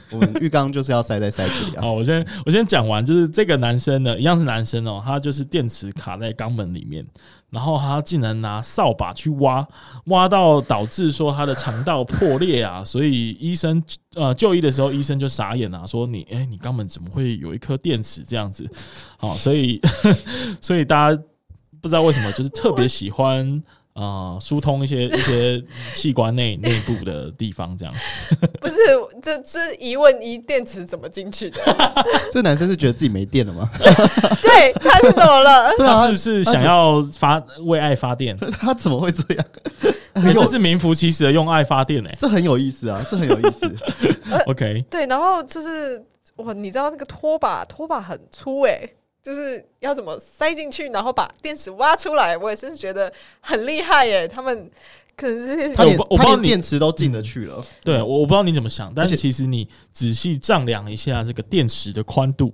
D: 我们浴缸就是要塞在塞子里啊。
A: 好，我先我先讲完，就是这个男生呢，一样是男生哦，他就是电池卡在肛门里面，然后他竟然拿扫把去挖，挖到导致说他的肠道破裂啊，所以医生呃就医的时候，医生就傻眼啊，说你哎、你肛门怎么会有一颗电池这样子？ 好，所以所以大家不知道为什么就是特别喜欢。呃疏通一些一些器官内内部的地方，这样。
C: 不是，这这疑问一电池怎么进去的？
D: 这男生是觉得自己没电了吗？
C: 对，他是怎么了？
D: 对啊
A: 他是不是想要发为爱发电？
D: 他怎么会这样？
A: 欸
D: 很有
A: 这是名副其实的用爱发电哎、
D: 这很有意思啊，这很有意 思。
C: 呃
A: OK，
C: 对，然后就是我，你知道那个拖把，拖把很粗诶、就是要怎么塞进去，然后把电池挖出来，我也是觉得很厉害耶、他们可能这些
A: 他
D: 他
A: 有
D: 连
A: 哎我我
D: 他
A: 帮
D: 连
A: 你嗯
D: 电池都进得去了，
C: 嗯
A: 对我我不知道你怎么想，但
D: 而
A: 是
D: 且
A: 其实你仔细丈量一下这个电池的宽度，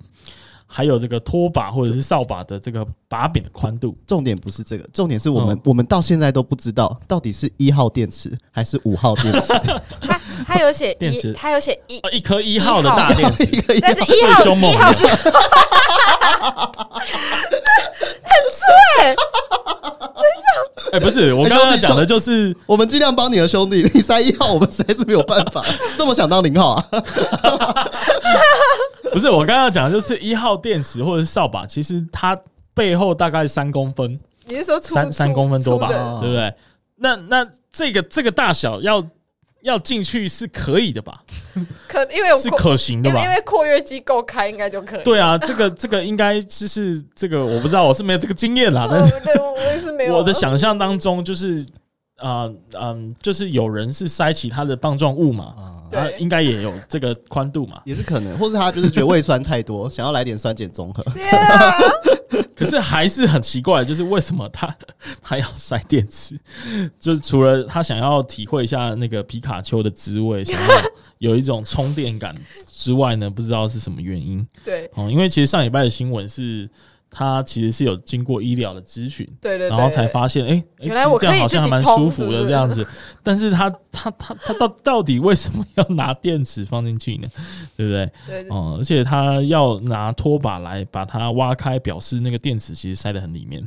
A: 还有这个拖把或者是扫把的这个把柄的宽度，
D: 重点不是这个，重点是我们、
A: 嗯
D: 我们到现在都不知道到底是一号电池还是五号电池，
C: 他他有写
A: 电池
C: 一，他有写一，
A: 呃，一颗一号的大电池，
D: 一
C: 但
D: 个
C: 是
A: 最
C: 一号
A: 凶猛
C: 一
A: 的
C: 号是很粗哎、
A: 哎、不是，我刚刚讲的就是
D: 我们尽量帮你的兄弟，你塞一号，我们实在是没有办法。这么想当零号啊？
A: 不是我刚刚讲的就是一号电池或者是扫把，其实它背后大概三公分，
C: 你是说粗
A: 三三
C: 粗
A: 公分多
C: 粗
A: 吧，
C: 的
A: 对不对？那那这个这个大小要要进去是可以的吧？
C: 可因为我
A: 是
C: 扩
A: 可行的
C: 因
A: 吧
C: 为？因为括约肌够开，应该就可 以。
A: 对啊，这个这个应该就是这个我不知道，我是没有这个经 验啦，但
C: 呃，
A: 是
C: 对，我我也是没有。
A: 我的想象当中就是。啊、嗯，就是有人是塞其他的棒状物嘛，
C: 对
A: 啊，应该也有这个宽度嘛。
D: 也是可能，或是他就是觉得胃酸太多，想要来点酸碱综合。
A: 可是还是很奇怪，就是为什么他他要塞电池？就是除了他想要体会一下那个皮卡丘的滋味，想要有一种充电感之外呢，不知道是什么原因
C: 对
A: 哦。因为其实上礼拜的新闻是，他其实是有经过医疗的咨询，
C: 对对，
A: 然后
C: 对
A: 才发现，哎、诶
C: 原来我
A: 其实这样好像还蛮舒服
C: 可以自己通是
A: 的
C: 不是
A: 这样子。但是他他他他到到底为什么要拿电池放进去呢？对不对？
C: 对对
A: 哦、而且他要拿拖把来把它挖开，表示那个电池其实塞得很里面。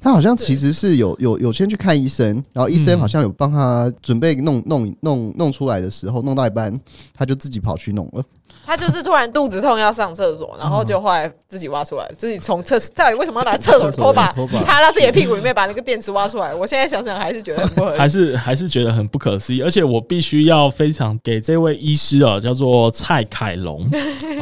D: 他好像其实是有有有先去看医生，然后医生好像有帮他准备弄弄弄弄出来的时候，弄到一半他就自己跑去弄了。
C: 他就是突然肚子痛要上厕所，
A: 嗯
C: 然后就后来自己挖出来，自己从厕所到底为什么要拿厕所拖把
A: 嗯
D: 厕所的拖把
C: 插到自己的屁股里面把那个电池挖出来？我现在想想还是觉得很不合理。
A: 还是还是觉得很不可思议。而且我必须要非常给这位医师啊，叫做蔡凯龙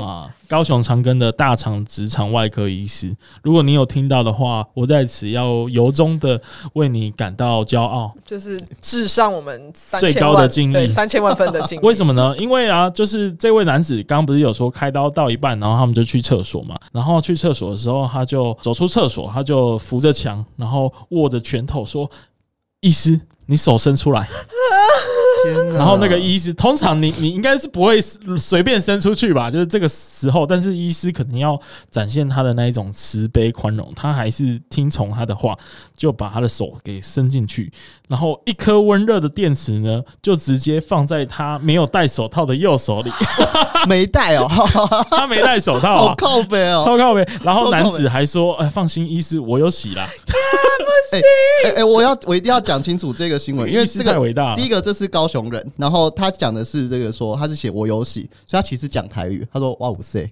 A: 啊，高雄长庚的大肠直肠外科医师。如果你有听到的话，我在此要由衷的为你感到骄傲。
C: 就是致上我们三
A: 最
C: 千
A: 高
C: 万
A: 的敬意
C: 对三千万分的敬意。
A: 为什么呢？因为啊，就是这位男子刚刚不是有说开刀到一半，然后他们就去厕所嘛，然后去厕所的时候，他就走出厕所，他就扶着墙，然后握着拳头说：“医师，你手伸出来。”
D: 天哪！
A: 然后那个医师，通常你你应该是不会随便伸出去吧，就是这个时候。但是医师可能要展现他的那一种慈悲宽容，他还是听从他的话，就把他的手给伸进去，然后一颗温热的电池呢，就直接放在他没有戴手套的右手 里，
D: 没带哦，
A: 他没戴手套
D: 好
A: 啊。
D: 靠背哦。
A: 超靠呗，然后
D: 超靠北
A: 男子还说：“哎，放心，医师，我有洗啦。
D: 哎哎、哎我要我一定要讲清楚这个新闻，因为
A: 医师
D: 这
A: 太
D: 个
A: 伟大了
D: 第一个这是高雄人，然后他讲的是这个说他是写我有喜，所以他其实讲台语，他说哇五塞，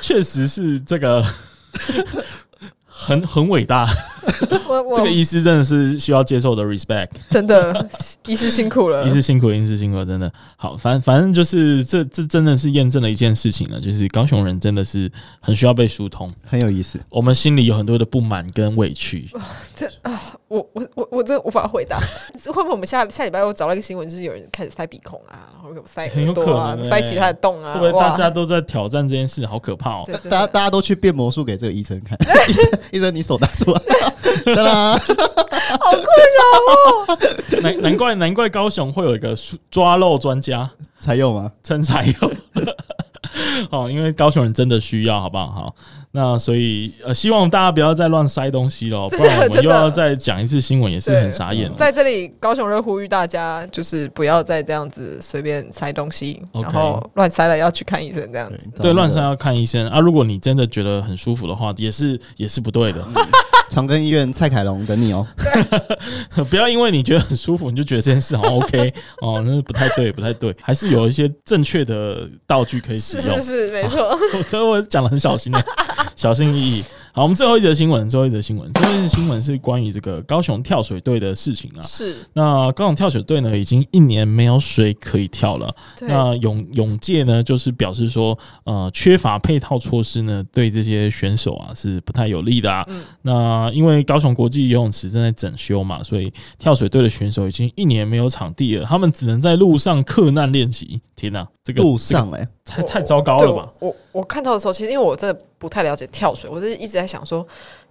A: 确实是这个 很很伟大。
C: 我我
A: 这个医师真的是需要接受的 respect。”
C: 真的医师辛苦了
A: 医。师辛苦，医师辛苦，真的好。反反正就是这这真的是验证了一件事情了，就是高雄人真的是很需要被疏通。
D: 很有意思。
A: 我们心里有很多的不满跟委屈，
C: 我我我我真的无法回答， 会不会我们下下礼拜我找到一个新闻，就是有人开始塞鼻孔啊，然后有塞
A: 很有
C: 耳朵啊
A: 可，能欸
C: 塞其他的洞啊，
A: 会不会大
C: 哇
A: 家都在挑战这件事？好可怕哦！
C: 对对对
D: 大家大家都去变魔术给这个医生看， 医生医生你手拿出来， 当啊啦，
C: 好困扰哦。
A: 难难怪难怪高雄会有一个疏抓漏专家
D: 才有吗？
A: 陈才佑。 哦，因为高雄人真的需要，好不好？好，那所以呃，希望大家不要再乱塞东西了哦，
C: 真
A: 不
C: 的
A: 然我们
C: 真
A: 又
C: 的
A: 要再讲一次新闻，也是很傻眼哦。
C: 在这里，高雄人呼吁大家，就是不要再这样子随便塞东西
A: OK
C: 然后乱塞了要去看医生这样子。
A: 对，乱上要看医生啊！如果你真的觉得很舒服的话，也是也是不对的。
D: 长庚医院蔡凯龙等你哦。
C: 嗯
A: 不要因为你觉得很舒服，你就觉得这件事好像 OK 哦，那不太对，不太对，还是有一些正确的道具可以使
C: 是
A: 用。 啊
C: 是是，没错。
A: 我所以我讲的很小心的，小心翼翼。好，我们最后一则新闻，最后一则新闻，最后一则新闻是关于这个高雄跳水队的事情啊。
C: 是
A: 那高雄跳水队呢，已经一年没有水可以跳了。
C: 对，
A: 那泳泳界呢，就是表示说，呃，缺乏配套措施呢，对这些选手啊是不太有利的啊。
C: 嗯
A: 那因为高雄国际游泳池正在整修嘛，所以跳水队的选手已经一年没有场地了，他们只能在路上克难练习。天哪、这个
D: 路
A: 这个
D: 上哎、
A: 太太糟糕了吧？
C: 对我我我看到的时候，其实因为我真的不太了解跳水，我就是一直在想说，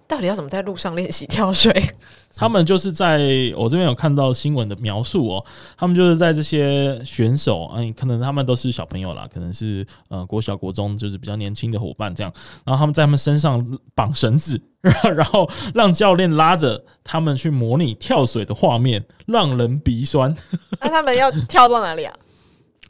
C: 到底要怎么在路上练习跳水？
A: 他们就是在我这边有看到新闻的描述哦，他们就是在这些选手，嗯，可能他们都是小朋友啦，可能是呃国小国中，就是比较年轻的伙伴这样，然后他们在他们身上绑绳子， 然后让教练拉着他们去模拟跳水的画面，让人鼻酸。
C: 那他们要跳到哪里啊？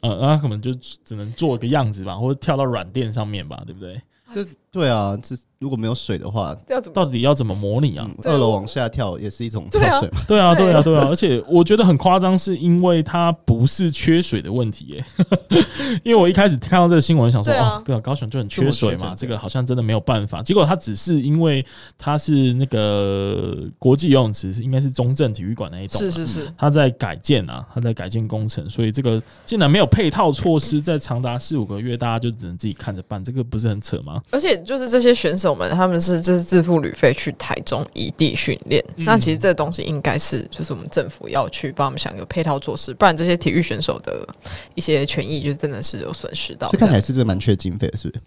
A: 呃，那可能就只能做个样子吧，或者跳到软垫上面吧，对不对？
D: 这对啊，这如果没有水的话，
C: 要怎么？
A: 到底要怎么模拟啊？
D: 嗯，
C: 对
D: 二楼
C: 我
D: 往下跳也是一种
C: 对
D: 跳
C: 啊
D: 水嘛。
A: 对啊，
C: 对
A: 对啊，对啊，而且我觉得很夸张，是因为它不是缺水的问题耶、 因为我一开始看到这个新闻，想说、
C: 对啊
A: 哦，对啊，高雄就很缺水
D: 这么缺
A: 嘛，
D: 水
A: 这个好像真的没有办法。结果它只是因为它是那个国际游泳池，是应该是中正体育馆那一栋、啊，
C: 是是是，
A: 它在改建啊，它在改建工程，所以这个竟然没有配套措施，在长达四五个月，大家就只能自己看着办，这个不是很扯吗？
C: 而且就是这些选手们，他们是就是自付旅费去台中异地训练。
A: 嗯
C: 那其实这东西应该是就是我们政府要去帮我们想一个配套措施，不然这些体育选手的一些权益就真的是有损失到
D: 所以
C: 这
D: 看
C: 样，
D: 起来是真的蛮缺经费的，是不是？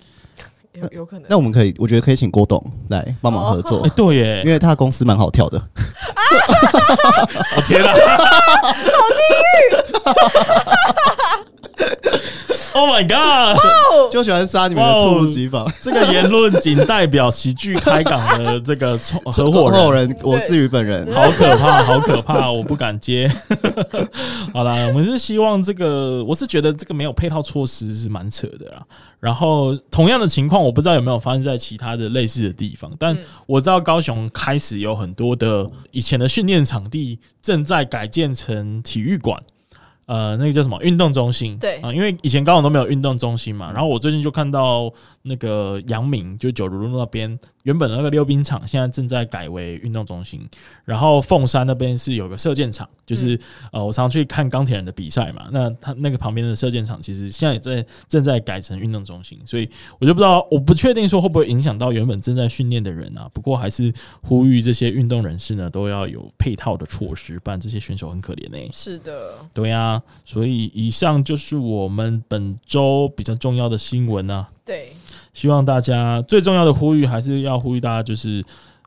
C: 有有可能
D: 那。我们可以，我觉得可以请郭董来帮忙合作
A: 哎、，对耶
D: 因，为他公司蛮好跳的。
A: 我天哪，好地狱！Oh my god！
D: 就喜欢杀你们的猝不及防。
A: 这个言论仅代表喜剧开港的这个 创合伙
D: 合
A: 人，
D: 人我自己本人，
A: 好可怕，好可怕，我不敢接。 好啦，我们是希望这个，我是觉得这个没有配套措施是蛮扯的啦。然后同样的情况，我不知道有没有发生在其他的类似的地方，但我知道高雄开始有很多的以前的训练场地正在改建成体育馆。呃，那个叫什么运动中心？
C: 对
A: 啊、因为以前高雄都没有运动中心嘛。然后我最近就看到那个阳明，就九如路那边原本的那个溜冰场，现在正在改为运动中心。然后凤山那边是有个射箭场，就是、呃，我常常去看钢铁人的比赛嘛，那他那个旁边的射箭场其实现在也在正在改成运动中心，所以我就不知道，我不确定说会不会影响到原本正在训练的人啊。不过还是呼吁这些运动人士呢，都要有配套的措施，不然这些选手很可怜呢、
C: 是的，
A: 对呀、所以以上就是我们本周比较重要的新闻啊。
C: 对，
A: 希望大家最重要的呼吁还是要呼吁大家，就是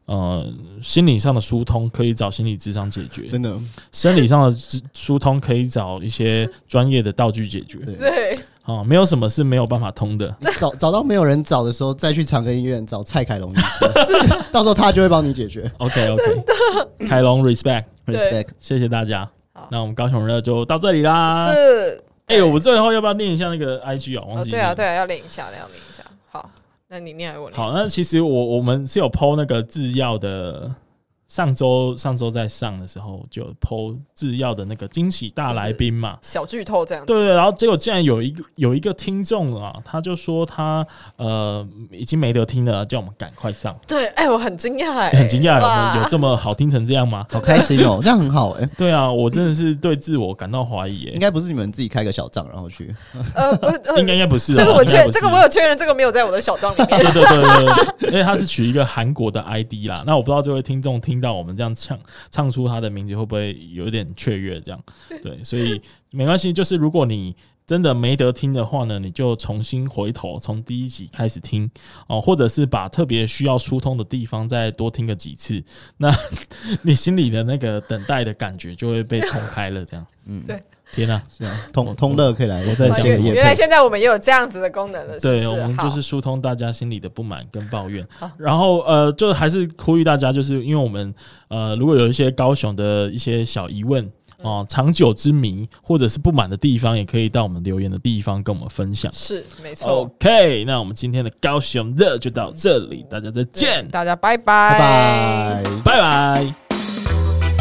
A: 呃心理上的疏通可以找心理智商解决，
D: 真的
A: 生理上的疏疏通可以找一些专业的道具解决
D: 对
C: 对，
A: 啊，没有什么是没有办法通 的。
E: 找找到没有人找的时候，再去长庚医院找蔡凯龙医师，到时候他就会帮你解决。
A: OK OK，凯龙 respect，
C: 对
E: Respect，
A: 谢谢大家
C: 好。
A: 那我们高雄热就到这里啦。
C: 是。
A: 哎、我最后要不要念一下那个 IG 啊？忘
C: 哦，
A: 记、
C: 对啊，对。啊，要练一下，要练一下。好，那你念还是我念？
A: 好，那其实我我们是有 PO 那个制药的，上周上周在上的时候就有 PO 制药的那个惊喜大来宾嘛。
C: 小剧透这样子。
A: 对对，然后结果竟然有一个有一个听众啊，他就说他呃已经没得听了，叫我们赶快上，
C: 对，哎、我很惊讶、哎，
A: 很惊讶，我
C: 哇
A: 们有这么好听成这样吗？
D: 好开心 哦，这样很好哎。
A: 对啊，我真的是对自我感到怀疑耶、
D: 应该不是你们自己开个小账然后去，
C: 呃，不是，呃
A: 应该应该不是啊，
C: 这个我
A: 应该
C: 确，
A: 不是
C: 这个我有确认，这个没有在我的小账里面。
A: 对对对对对，因为他是取一个韩国的 ID 啦。那我不知道这位听众听到我们这样唱唱出他的名字会不会有点雀跃？这样对，所以没关系，就是如果你。真的没得听的话呢，你就重新回头从第一集开始听哦，或者是把特别需要疏通的地方再多听个几次，那 你心里的那个等待的感觉就会被冲开了。这样，
D: 嗯，
C: 对
A: 天哪、
D: 是啊，通通乐可以来，
A: 我在
D: 来
A: 讲
D: 接
A: 什
D: 个
A: 么
D: 业
C: 原来
D: 配，
C: 现在我们也有这样子的功能了，是不
A: 对，
C: 是？
A: 我们
C: 好
A: 就是疏通大家心里的不满跟抱怨
C: 好，
A: 然后呃，就还是呼吁大家，就是因为我们呃，如果有一些高雄的一些小疑问
C: 嗯
A: 哦、长久之谜或者是不满的地方，也可以到我们留言的地方跟我们分享。
C: 是没错。
A: 哦 OK，那我们今天的高雄热就到这里，大家再
C: 对
A: 见，
C: 大家拜
D: 拜拜。
A: 拜拜。